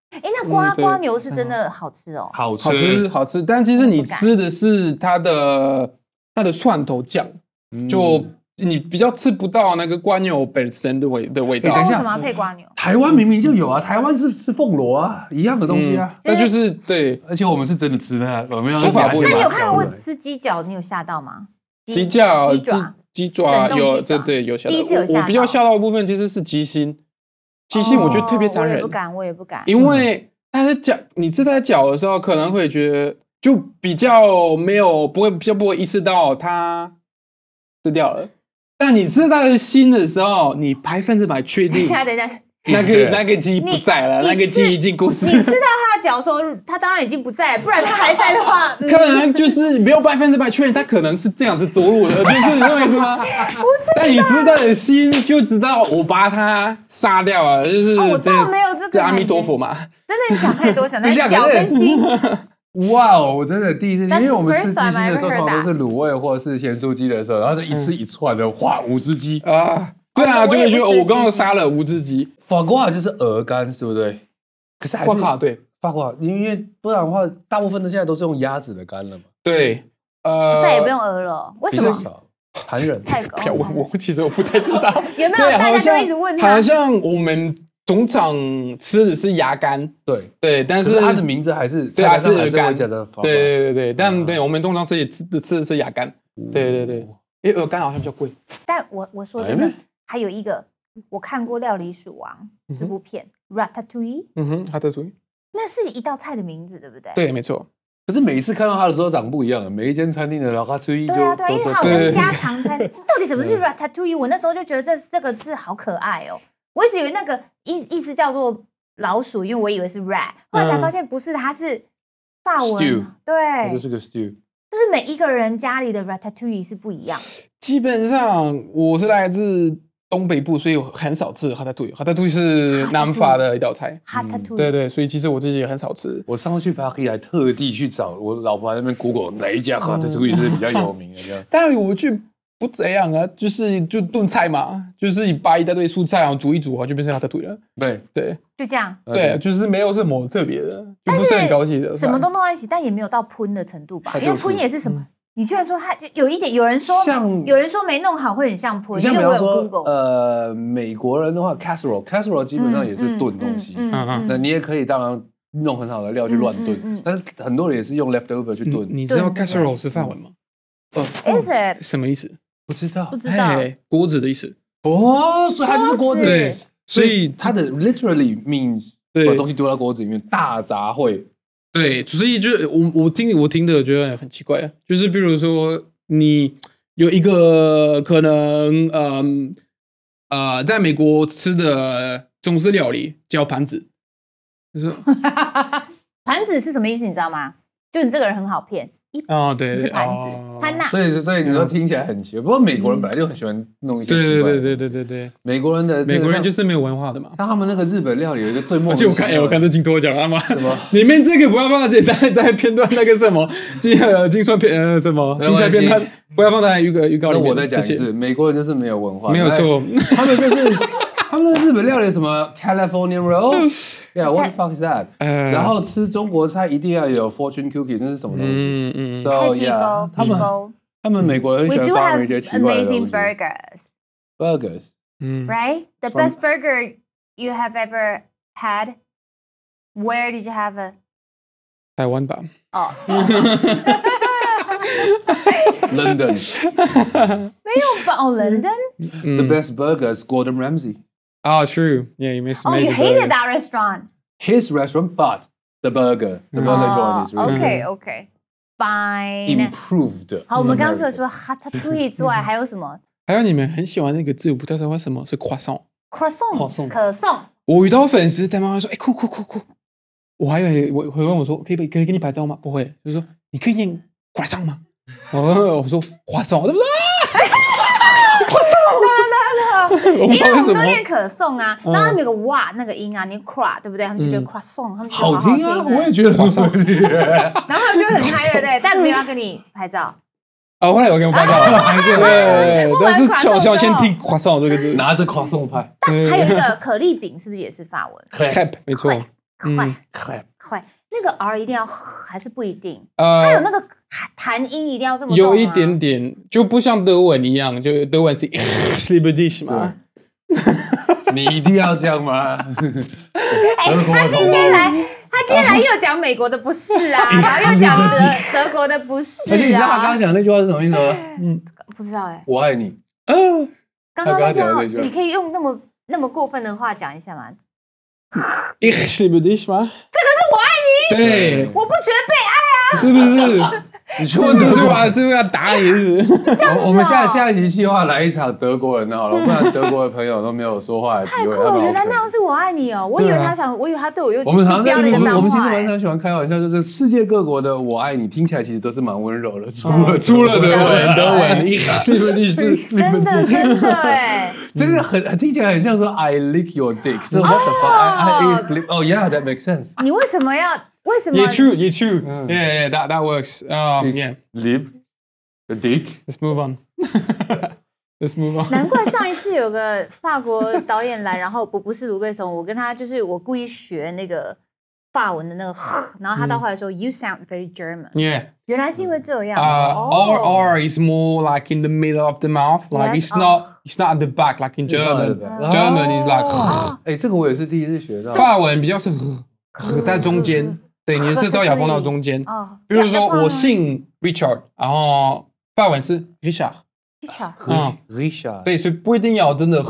哎，那
嗯
瓜
对
瓜牛是真的好吃哦。
好吃
好吃好吃，但其实你吃的是它的它的蒜头酱，
嗯
就你比较吃不到那个瓜牛本身的味的味
哎
道
等一。
那 为
下
什么要配瓜牛？
台湾明明就有啊，台湾是吃凤螺啊，一样的东西啊。
那就是对
而且我们是真的吃的，我们要
做法
拿起
不一
来
样
那你有看
拿
到
出
我
来
吃鸡脚，你有吓到吗？
鸡脚、
鸡
鸡
爪，
鸡爪
冷冻
有，
鸡爪
对对有吓到。
第一次有吓
我我比较
到
吓到的部分其实是鸡心，鸡心我觉得特别
哦
残
我
忍
也不，敢，我也不敢。
因为它在脚，你吃它脚的时候可能会觉得就比较没有不会比较不会意识到它吃掉了。但你吃它的心的时候，你百分之百确
等
定
一 下，等一下，
那
对
个那个鸡不在了，
你
那个鸡已经过世
你
了
吃。到他的脚的时候，他当然已经不在，不然他还在 的话，嗯
可能就是没有百分之百确认，他可能是这样子走路的，就是 你认为是吗？不是。但你知道的心就知道，我把他杀掉了，就是
哦我知道
这
没有这个
这
感
阿弥陀
觉
佛嘛。
真的你想太 多，想太
等一下
多。脚
可是
跟心，
呃
哇哦！我真的第一次，因
That's
为我们吃鸡心的时
the first
候，
time I've
通常都是卤味或者是咸酥鸡的时候，然后是一次一串的，哇，五只鸡。
啊，对啊，
我
就
也
会觉
不
得
吃
我刚刚
鸡
杀了五只鸡。
法国好像就是鹅肝，是不对？可是还是
我靠，对
法国好，因为不然的话，大部分的现在都是用鸭子的肝了嘛，
对，呃，
再也 不用鹅了。哦为什
比较
么？
少。残忍，
太高
不要 问我，其实我不太知道。
有没有
对，啊
大
好
家都一直
像
问
好
他？
像我们董场吃的是牙干，
对。
对，但
可
是
是它的名字还是，
对啊，是
还
鹅
是会
肝，
叫
对
做法国。
对对对，但
嗯
对我们通常吃也吃吃的是鸭肝，对对对，哦因为鹅肝好像比较贵。
但我我说
哎
真的
咩，
还有一个，我看过《料理鼠王》这部片《Ratatouille》，
嗯哼，它的主意
那是一道菜的名字，对不对？
对，没错，
可是每一次看到它的时候长不一样，每一间餐厅的老咖推就
对啊，对啊，因
都
为
都
它好
都
对
像是 家常餐。到底什么啊是 ratatouille？我那时候就觉得这这个字好可爱哦，我一直以为那个意意思叫做老鼠，因为我以为是 rat，后来才发现不是，它是法文。
嗯 Stew
对，
这
就是
是个 stew。
每一个人家里的 ratatouille 是不一样的。
嗯
基本上我是来自东北部，所以我很少吃哈达兔。哈达兔是南法的一道菜，
ratatouille，
对对，所以其实我自己也很少吃。
我上次去巴黎还特地去找我老婆在那边 Google 哪一家哈的厨艺是比较有名的，这样
但我去不怎样啊，就是就炖菜嘛，就是你把一大堆蔬菜啊煮一煮啊，就变成哈达兔了。
对
对
就这样，
对，，啊就是没有什么特别的，就不是很高级的菜。
什么都弄在一起，但也没有到喷的程度吧？
啊它
因为
就是嗯
喷也是什么？你居然说它就有一点，有人说
像
有人说没弄好会很像喷，
你
因
像比
为我
方
有
说
Google，
呃美国人的话，casserole，casserole 基本上也是炖东西，
嗯嗯嗯嗯嗯
那你也可以当然弄很好的料去乱
嗯嗯
炖
嗯，
但是很多人也是用 leftover 去炖。
嗯你知道
炖
casserole 是法文吗？
Is it?
什么意思？
不知道
不知道。
哎锅子的意思。
哦，所以它就是锅子，
锅子
对，所以
它的 literally means 把
对
东西丢到锅子里面，大杂烩。
对，所以就是我我听我听的觉得很奇怪，啊就是比如说你有一个可能，嗯呃在美国吃的中式料理叫盘子，就是
盘子是什么意思？你知道吗？就你这个人很好骗，一
哦对
是
对
盘
哦
子，潘娜
所以，所以你
嗯
说听起来很奇怪，不过美国人本来就很喜欢弄一些
对
奇
对
怪的
对
东
对对
西
对对，
美国人的那个
美国人就是
像
没有文化的嘛。
像他们那个日本料理有一个最莫
而
名
且
其
我
妙的，
看，哎、我刚才金托讲了吗？
什么
里面这个不要放在简单，在片段那个什么金呃金算片呃什么
没
金
关
算片
系
段，不要放在预告预告里
那
面。
我再讲一
谢谢
次，，美国人就是没有文化，
没有错。
那他们就是他们的日本料理什么 California
嗯
roll，yeah，what the fuck is that？
呃
然后吃中国菜一定要有 fortune cookie，这是什么东西
嗯嗯，
？So yeah，他们他们美国人
We
很喜
do
欢发
have
明一些奇怪的
amazing
东西
burgers,
burgers。
嗯，
Mm.
right? The
From-
best burger you have ever had. Where did you have it?
台湾吧。
哦，
London，the
没有吧？哦，London. oh,
嗯 Mm.
best burgers Gordon Ramsay。
Ah, true. Yeah, you missed.
Oh, you
amazing burgers.
hated that restaurant.
His restaurant, but the burger, the burger
Ah,
joint is
Oh,
really
OK OK, fine.
improved。
好，我们刚刚除了说 hot t o y 之外，还有什么
还有你们很喜欢那个字，我不太知道为什么是 croissant。
croissant 可 颂？
我遇到粉丝，他妈妈说：“哎、酷酷酷酷！”我还以为我会问我说：“可以可以可以给你拍照吗？”不会，就说：“你可以念 croissant 吗？”我我说：“croissant。”他们说：“啊 croissant。”
真的，
我不知
因
道
为
为
我
什
们
么
都练可颂啊，然后他们有个哇那个音啊，你 cra 对不对？他们就觉得 cra song，他们觉得
Oh. 好听啊，我也觉得很好听。
然后他们就很嗨，对不对？但没有要跟你拍照，
啊，后来有给我拍照了，对，但是
夸送
叫我叫我
之
先
后
听“夸送”这个字，
拿着夸送 派
但 还有一个
嗯
可丽饼是不是也是法文？
cap 没错，
快
嗯
，clap，
快，那个 r 一定要还是不一定？它有
呃，
那个弹音一定要这么
有
动
一
吗
点点，就不像德文一样，就德文是 sleep dish 嘛，
你一定要这样吗？
哎、
德国
他
的
今天来，
哦
他今天来又讲美国的不是 啊，然后又讲德德国的不
而且你知
是
道他刚
啊，
刚讲那句话是什么意思吗？
不知道哎、
我爱你。
嗯，
刚刚那
他刚刚
句
讲
话，
的那句话
你可以用那么那么过分的话讲一下吗？
Ich liebe dich 吗？这个是
对
我啊不觉
我爱你，对，是 不是？
你去问
这
德
是
国
我要这是我要打你是不是？
我我们下
哦
下一集计划来一场德国人好了，不然德国的朋友都没有说话的机会。
得
他们好
酷，哦原来
可怜
那样是我爱你哦、我以为他想，我以为他对我又
啊我们常
标
常
了一
其
个
实
脏话、
我们其实蛮
哎
常喜欢开玩笑，就是世界各国的“我爱你”听起来其实都是蛮温柔的，除了
哦
除了德文，德文
哎
Ich liebe dich 是 liebe dich
真的真的哎、
真的很很听起来很像说 “I lick your dick”，这
哦
what the fuck？I I lick oh yeah that makes sense。
你为什么要为什么
Yeah, true, yeah, true.
Mm.
Yeah, yeah, that that works. Um, yeah,
Lip a dick。
let's move on. let's move on.
难怪上一次有个法国导演来，然后不不是卢贝松，我跟他就是我故意学那个法文的那个，然后他到后来说、You sound very German，
Yeah.
嗯原来嗯是因为这
Uh,
样、哦
R R is more like in the middle of the mouth. Like
Yes,
it's not it's not at Oh. the back like in German. German is like
哎，这个我也是第一次学到。
法文比较是在中间，对，你是都要碰到中间。
哦，
比如说我姓 Richard，然 uh, 后法文是 Richard，
Richard，
嗯，
Richard，
对，所以不一定要真的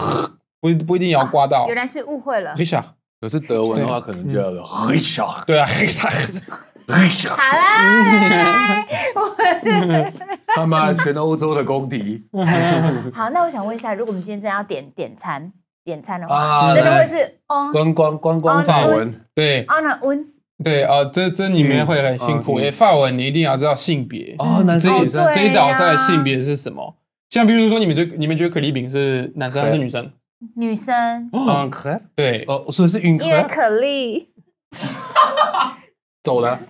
不不一定要刮到
原来是误 会了。
Richard。
可是德文的话可能就要 Richard。
啊对啊，Richard。
好啦，
他妈全欧洲的公敌
好，那我想问一下，如果我们今天真的要点点餐，点餐的
啊
话，真的
来
会是 on
观光观光法文，
对
on a un
对啊，这这里面会很辛苦。
嗯
诶，法文你一定要知道性别，
哦，男
这
生
一
女生
对
这一道菜的性别是什么？像比如说你们觉你们觉得可丽饼是男生还是女生？
女生，
嗯 c r e
对，
哦，所以是云
因为
crab
可丽，
走了。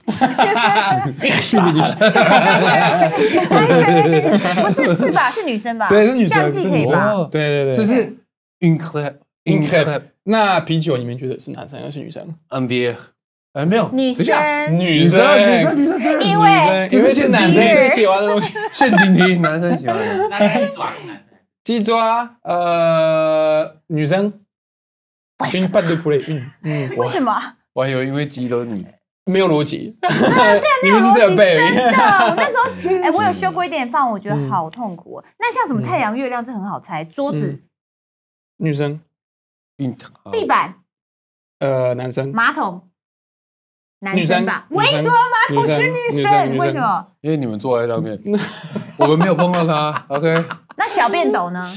是不是？
不是是吧？是女生吧？
对，是女
这样
生，
记
是
可
女
以
生
吧？
哦
对对
就
对。
是 in club in
In club
club
那啤酒你们觉得是男生还是女生？
NBA，哎没有
女
等一下
生，
女
女生女生
女
女生真的
嗯因为
生因为是男生最喜欢的东西，
陷阱题，男生喜欢的
鸡爪，呃，女生。une patte de poulet，嗯嗯，
为什么？
我还以为因为鸡都是女，
没有逻辑，
啊
你们是这个背而已，
真的，我那时候，哎、我有修过一点饭，我觉得好痛苦、哦。那像什么太阳、月亮，这很好猜。桌子
嗯、女生，
硬好
地板、
呃，男生，
马桶，男
女生
生吧？
女
为
生
什么马桶是
女
女
生
生？
女生
为什么？
因为你们坐在上面，我们没有碰到他。OK，
那小便斗呢？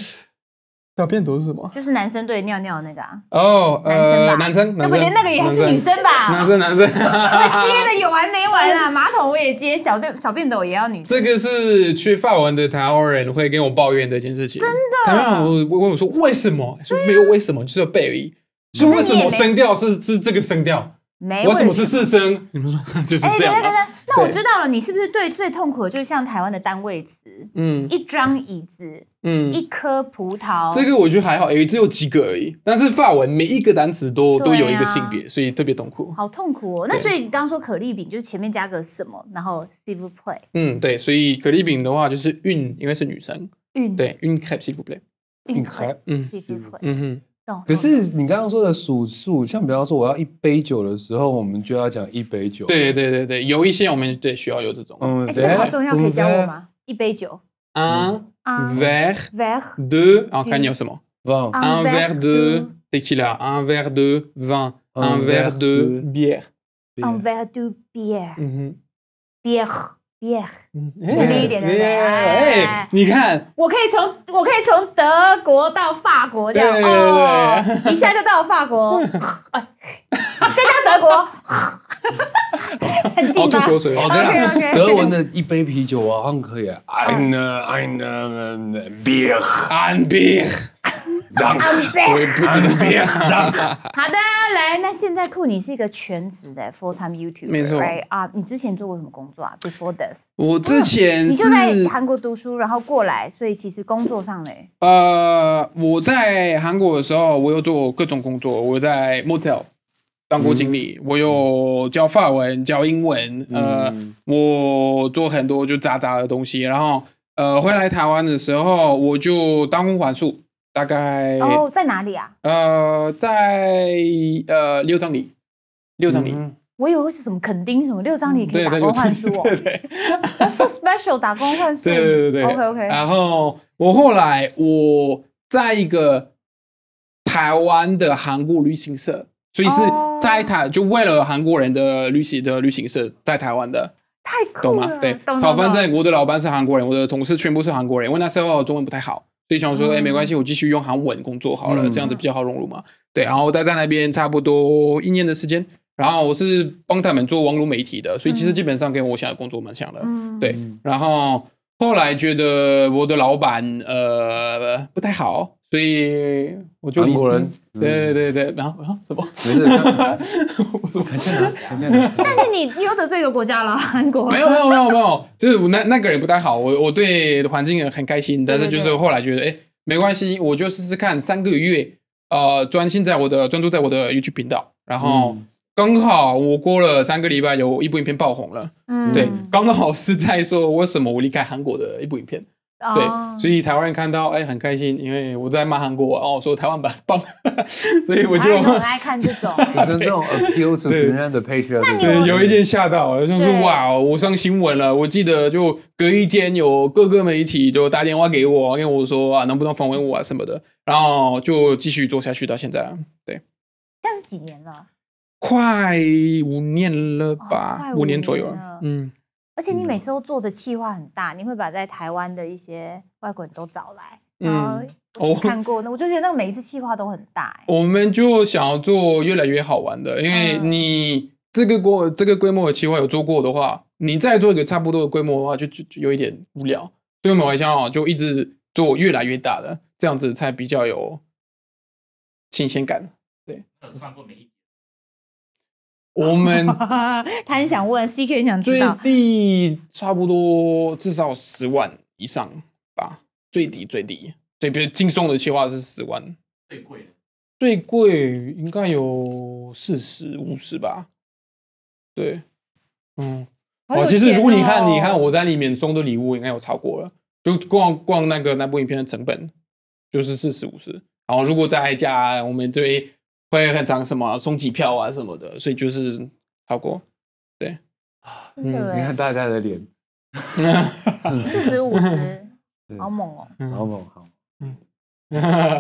小便斗是什么？
就是男生对尿尿的那个、啊，
哦，呃，男
男
生，
那
男
不
生，
连那个也还是女生
男
吧？
生，男生，
接的有完没完啦、马桶我也接，小便小便斗也要女 生。
这个是去法文的台湾人会跟我抱怨的一件事情。真的，台湾人会问我说为什么？说没有为什么，就是有背离。说为什么声调是是这个声调？
没
为什么是四声？你们说就是
哎，
这
等
样
等等
啊。
等，那我
对
知道了，你是不是对最痛苦的就是像台湾的单位词，
嗯
一张椅子，
嗯，
一颗葡萄，
这个我觉得还好，也只有几个而已。但是法文每一个单词都
对啊
都有一个性别，所以特别痛苦。
好痛苦哦。那
对
所以你刚刚说可丽饼，就是前面加个什么，然后 civil play
嗯，对，所以可丽饼的话就是韵，因为是女生，
运
对，韵 cap s i l
运 play
嗯
civil play，
嗯哼，
懂？
可是你刚刚说的数数，像比方说我要一杯酒的时候，我们就要讲一杯酒。，
对对对对，有一些我们对需要有这种
嗯，
哎，这个好
ver，
重要，可以教我吗？
嗯
一杯酒
啊
啊
vers
，ver
de，然后看你有什么。
嗯？
啊
un
Un
verre
verre
de
de
tequila, un verre de vin,
Un
un verre
verre
de
de-
bière.
on ver du beer
嗯
beer beer，
哼，
这边一点对不对
哎
哎
你看，
我可以从我可以从德国到法国这样
对
哦
对，
一下就到法国，哎再到德国， 很
哦，
近
吐
吧
口水，哦，
对啊
OK，OK
德文的一杯啤酒啊，好像可以。Eine eine Bier，
安 bier，我也不知道。
好的，来，那现在酷你是一个全职的 full time YouTuber，
没错
right？啊、你之前做过什么工作啊？Before this，
我之前
你
嗯是
就在韩国读书，然后过来，所以其实工作上嘞，
呃，我在韩国的时候，我有做各种工作，我在 motel 当过经理，我有教法文、教英文，呃，我做很多就杂杂的东西。然后，呃，回来台湾的时候，我就当公环术，大概、
哦，在哪里啊？
呃，在呃六张里，六张里，
我以为是什么垦丁什么六张里可
嗯对，
以打
在
工
六张
换
里，
书哦
对对。
哦，so special 打工换书，
对对对对啊
OK OK，
然后我后来我在一个台湾的韩国旅行社，所以是
哦
在台、就为了韩国人的旅行的旅行社在台湾的，
太
懂
酷
吗
了，？
对，
懂
讨
懂
饭
懂。
在我的老板是韩国人，我的同事全部是韩国人，因为那时候中文不
嗯
太好，所以想说，哎、没关系，我继续用韩文工作好了，这样子比较好融入嘛。对，然后待在那边差不多一年的时间，然后我是帮他们做网络媒体的，所以其实基本上跟我现在的工作蛮像的。
嗯
对，然后后来觉得我的老板呃不太好，所以我就
韩
离嗯
国人，嗯
对对对对，然后然后什么？
没事，
我怎么
看现在
但
哎
是你你又得罪一个国家了，韩国。
没有没有没有没有，就是我那那个人不太好，我我对环境很开心，但是就是后来觉得哎、诶没关系，我就试试看三个月，呃，专心在我的专注在我的 YouTube 频道，然后
嗯
刚好我过了三个礼拜，有一部影片爆红了，
嗯
对，刚好是在说为什么我离开韩国的一部影片，
哦
对，所以台湾人看到哎、很开心，因为我在骂韩国哦，说台湾版棒， 所以我就
台湾人很爱看这种。
就是这种 appeal to 别人的 patriot，那
对，有一点吓到，就
哎对
是哇，我上新闻了。我记得就隔一天有各个媒体就打电话给我，跟我说啊，能不能访问我啊什么的，然后就继续做下去到现在了，
这样是几年了？
快五年了
哦
吧
快，
五
五
年左右
年
了
了，
嗯。
而且你每次
嗯
都做的企划很大，你会把在台湾的一些外国人都找来，
嗯
然后我
哦
只看过，那我就觉得那个每一次企划都很大、欸。
我们就想要做越来越好玩的，因为
嗯
你这个规这个规模的企划有做过的话，你再做一个差不多的规模的话，就就就有一点无聊。所以我们还想要就一直做越来越大的，这样子才比较有新鲜感。对，我们
他很想问，CK 很想知
最
道，
低差不多至少十万以上吧，最低最低。对，比如轻松的企划是十万，最贵最贵应该有四十五十吧。对，嗯，
好有
其实如果你
钱
看，
哦
你看我在里面送的礼物应该有超过了，就逛逛那个那部影片的成本就是四十五十，然后如果再加我们这边会很常什么送机票啊什么的，所以就是超过。
真的
嗯你看
欸，
大家的脸，
四十五十，
对
好猛哦、
嗯
好猛好，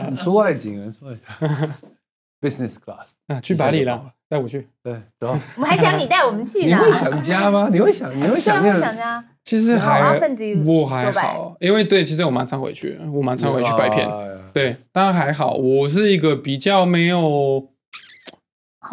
你出外景啊，出外景 ，business class，
啊，去
下
巴
就
黎
好
啦，带我去。
对，走，
我们还想你带我们去
你
呢，
会想家吗？你会想，你会
对啊
想
会
念
想家。
其实
好
还
，often do you
啊我还
go back？
好，因为对，其实我蛮常回去，我蛮常回去拍片。
哎呀
对，当然还好，我是一个比较没有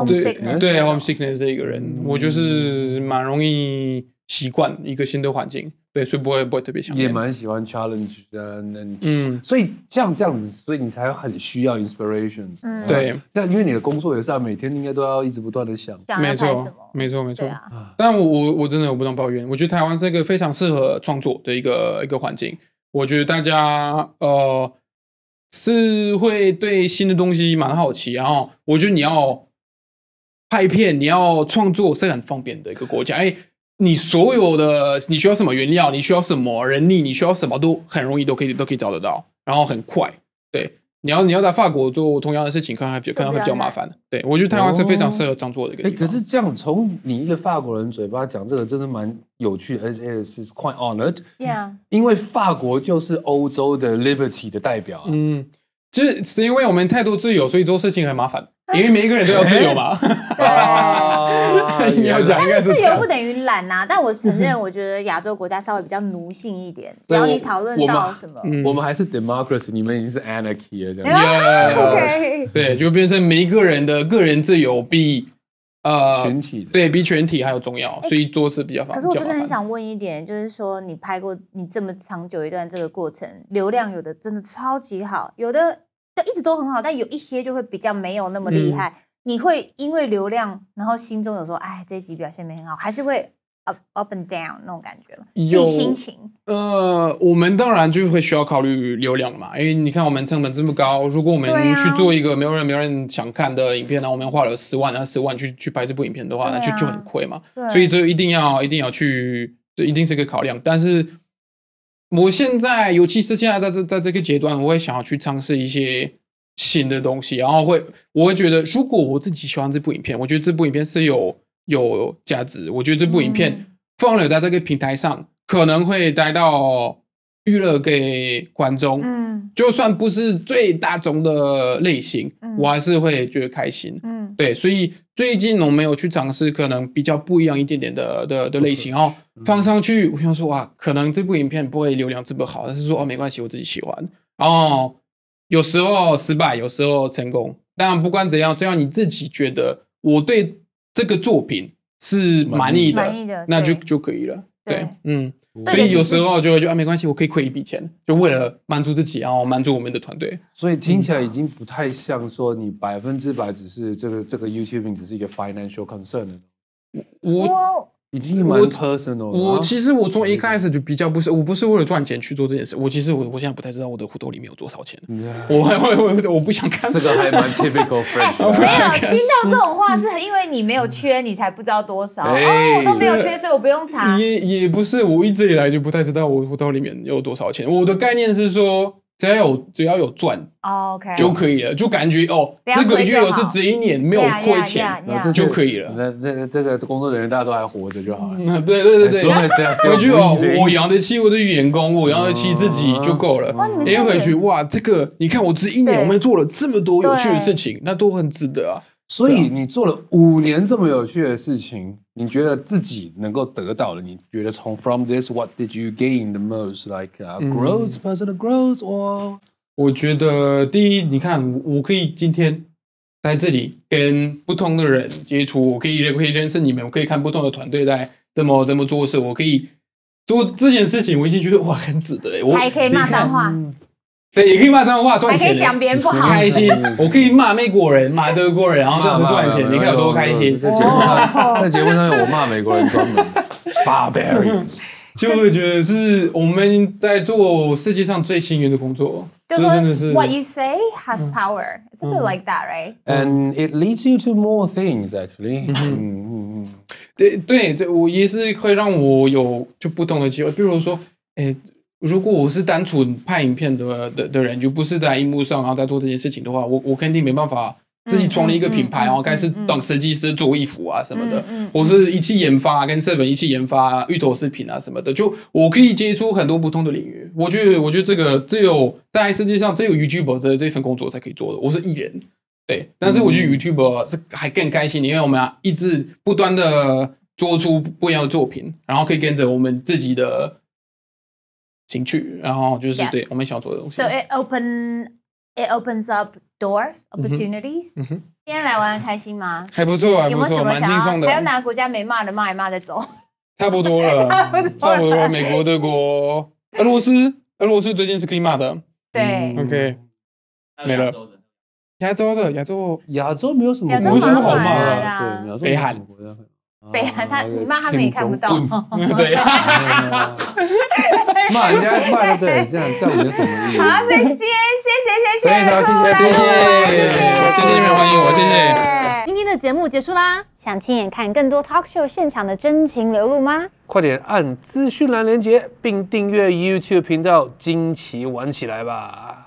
对
homesickness
对 homesickness 的一个人，我就是蛮容易习惯一个新的环境，对，所以不会不会特别想
也
念。
蛮喜欢 challenge 的，那
嗯，
所以像这样子，所以你才很需要 inspiration。
嗯
对，
那因为你的工作也是啊，每天应该都要一直不断的想。
想
没
要拍什
错
么，？
没错，没错
对。啊，
但我我我真的我不能抱怨，我觉得台湾是一个非常适合创作的一个一个环境。我觉得大家呃是会对新的东西蛮好奇，然后我觉得你要拍片，你要创作是很方便的一个国家，哎，你所有的你需要什么原料，你需要什么人力，你需要什么都很容易都可以都可以找得到，然后很快，对。你要你要在法国做同样的事情，可能还比较可能会比较麻烦。对我觉得台湾是非常适合创作的一个
哎，
地方。
可是这样从你一个法国人嘴巴讲这个，真的蛮有趣的，而且是 quite honored，
yeah，
因为法国就是欧洲的 liberty 的代表啊。
嗯，就是是因为我们太多自由，所以做事情很麻 烦，因为每一个人都要自由嘛。
对。
啊
你要讲应该是
自
这
由
样
不。等于懒呐、但我承 认，我觉得亚洲国家稍微比较奴性一点。只
对
要
我
你讨论
我们嗯
到什么、
嗯
我们还是 democracy，你们已经是 anarchy 了，这
啊
样。
Yeah，
o k
哎对，就变成每一个人的个人自由比呃
群体的
对比全体还要重要，所以做事比较方。
哎可是我
比较
真的
麻
很
烦
想问一点，就是说你拍过你这么长久一段这个过程，流量有的真的超级好，有的都一直都很好，但有一些就会比较没有那么
嗯
厉害。你会因为流量，然后心中有说，哎，这一集表现没很好，还是会 up up and down 那种感觉吗？自己
有
心情，
呃，我们当然就会需要考虑流量嘛，因为你看我们成本这么高，如果我们
对啊
去做一个没有人没有人想看的影片，然后我们花了十万、二十万去去拍这部影片的话，
对
那
啊
就就很亏嘛。
对，
所以这一定要一定要去，这一定是一个考量。但是我现在，尤其是现在在这在这个阶段，我会想要去尝试一些新的东西，然后会我会觉得，如果我自己喜欢这部影片，我觉得这部影片是有有价值，我觉得这部影片
嗯
放了在这个平台上，可能会带到娱乐给观众。
嗯
就算不是最大众的类型，
嗯
我还是会觉得开心。
嗯
对，所以最近我们有去尝试可能比较不一样一点点的的的类型，然后放上去，我想说哇，可能这部影片不会流量这么好，但是说哦没关系，我自己喜欢。然后有时候失败，有时候成功，但不管怎样，只要你自己觉得我对这个作品是满意的，
满意的
那就
对
就可以了。对
对，
嗯，所
对
以
对
有
对
时候就会觉得啊，没关系，我可以亏一笔钱，就为了满足自己，然后满足我们的团队。
所以听起来已经不太像说你百分之百只是这个这个 YouTube 只是一个 financial concern 了，
我
我
已经蛮
我
personal 了啊。
我其实我从一开始就比较不是，我不是为了赚钱去做这件事。我其实我我现在不太知道我的户头里面有多少钱。
Yeah，
我我我我不想看
这个还蛮 typical
我不
French
没
想
的。
有听到这种话，
嗯
是因为你没有缺，你才不知道多少
哎
哦，我都没有缺，所以我不用查。
也也不是，我一直以来就不太知道我户头里面有多少钱。我的概念是说，只要有只要有赚
哦 OK，
就可以了，就感觉哦，
不要
这个
亏就
月
好
我是这一年没有亏钱，
呀呀呀呀
这
就可以了。
那那那这个工作人员大家都还活着就好了。
嗯， 对对对对，
对
我就哦，我养得起我的员工，我养得起自己就够了。
哇，你们
连回去哇，这个你看，我这一年
对
我们做了这么多有趣的
对
事情，那都很值得啊。
所以你做了五年这么有趣的事情，你觉得自己能够得到的，你觉得从 from this what did you gain the most like、uh,
嗯
growth personal growth or
我觉得第一，你看，我可以今天在这里跟不同的人接触，我可以可以认识你们，我可以看不同的团队在怎么怎么做事，我可以做这件事情，我已经觉得哇，很值得欸。我
还可以骂脏，话，
你看对，也可以骂脏话赚
还可
钱
以
欸，
讲别人不好。
开心。我可以骂美国人，骂德国人，然后这样子 赚钱，你看有多开心。
在哎节目
哦
上，在节目上面我骂美国人专 门 barbarians。
就会觉得是我们在做世界上最幸运的工作，
就
这真的是
说 What you say has
Mm.
power. It's a bit like that, right?
嗯 And it leads you to more things actually 嗯。嗯嗯嗯，
对对对，我也是会让我有就不同的机会，比如说，诶，如果我是单纯拍影片的的的人，就不是在荧幕上然后在做这件事情的话，我我肯定没办法自己创立一个品牌，然后开始当设计师做衣服啊什么的，我是一起研发跟 seven 一起研发芋头饰品啊什么的，就我可以接触很多不同的领域。我觉得我觉得这个只有在世界上只有 YouTube 这这份工作才可以做的，我是艺人。对，但是我觉得 YouTube 哦是还更开心的，因为我们啊一直不断的做出不一样的作品，然后可以跟着我们自己的兴趣，然后就是
Yes
对我们想做的东西
So。it open it opens up doors,
Mm-hmm.
opportunities.
嗯哼，
今天来玩得开心吗？
还不错，还
有
Mm-hmm. 不
没有什
错，
么
蛮轻
想
松
要？还有
的，
哪个国家没骂的骂一骂再走？
差不多了， 差不多了。美国、德国、俄罗斯，俄罗斯最近是可以骂的。
对，
OK，没了。亚洲的亚洲，
亚洲没有什么
亚
国
洲
家，
没有什么好骂的
啊
对，亚洲
北韩
没有什么国家可以
北韩他
啊
你骂他们也看不到
Kim Jong Un
对，
啊 骂人家骂的对，这样这样没有什么意义。
好，所以谢谢谢谢
所以
谢
说谢
谢
谢
谢
谢谢
谢谢你们欢迎我，谢谢。
今天的节目结束啦。
想亲眼看更多 talk show 现场的真情流露吗？
快点按资讯栏连接，并订阅 YouTube 频道，惊奇玩起来吧！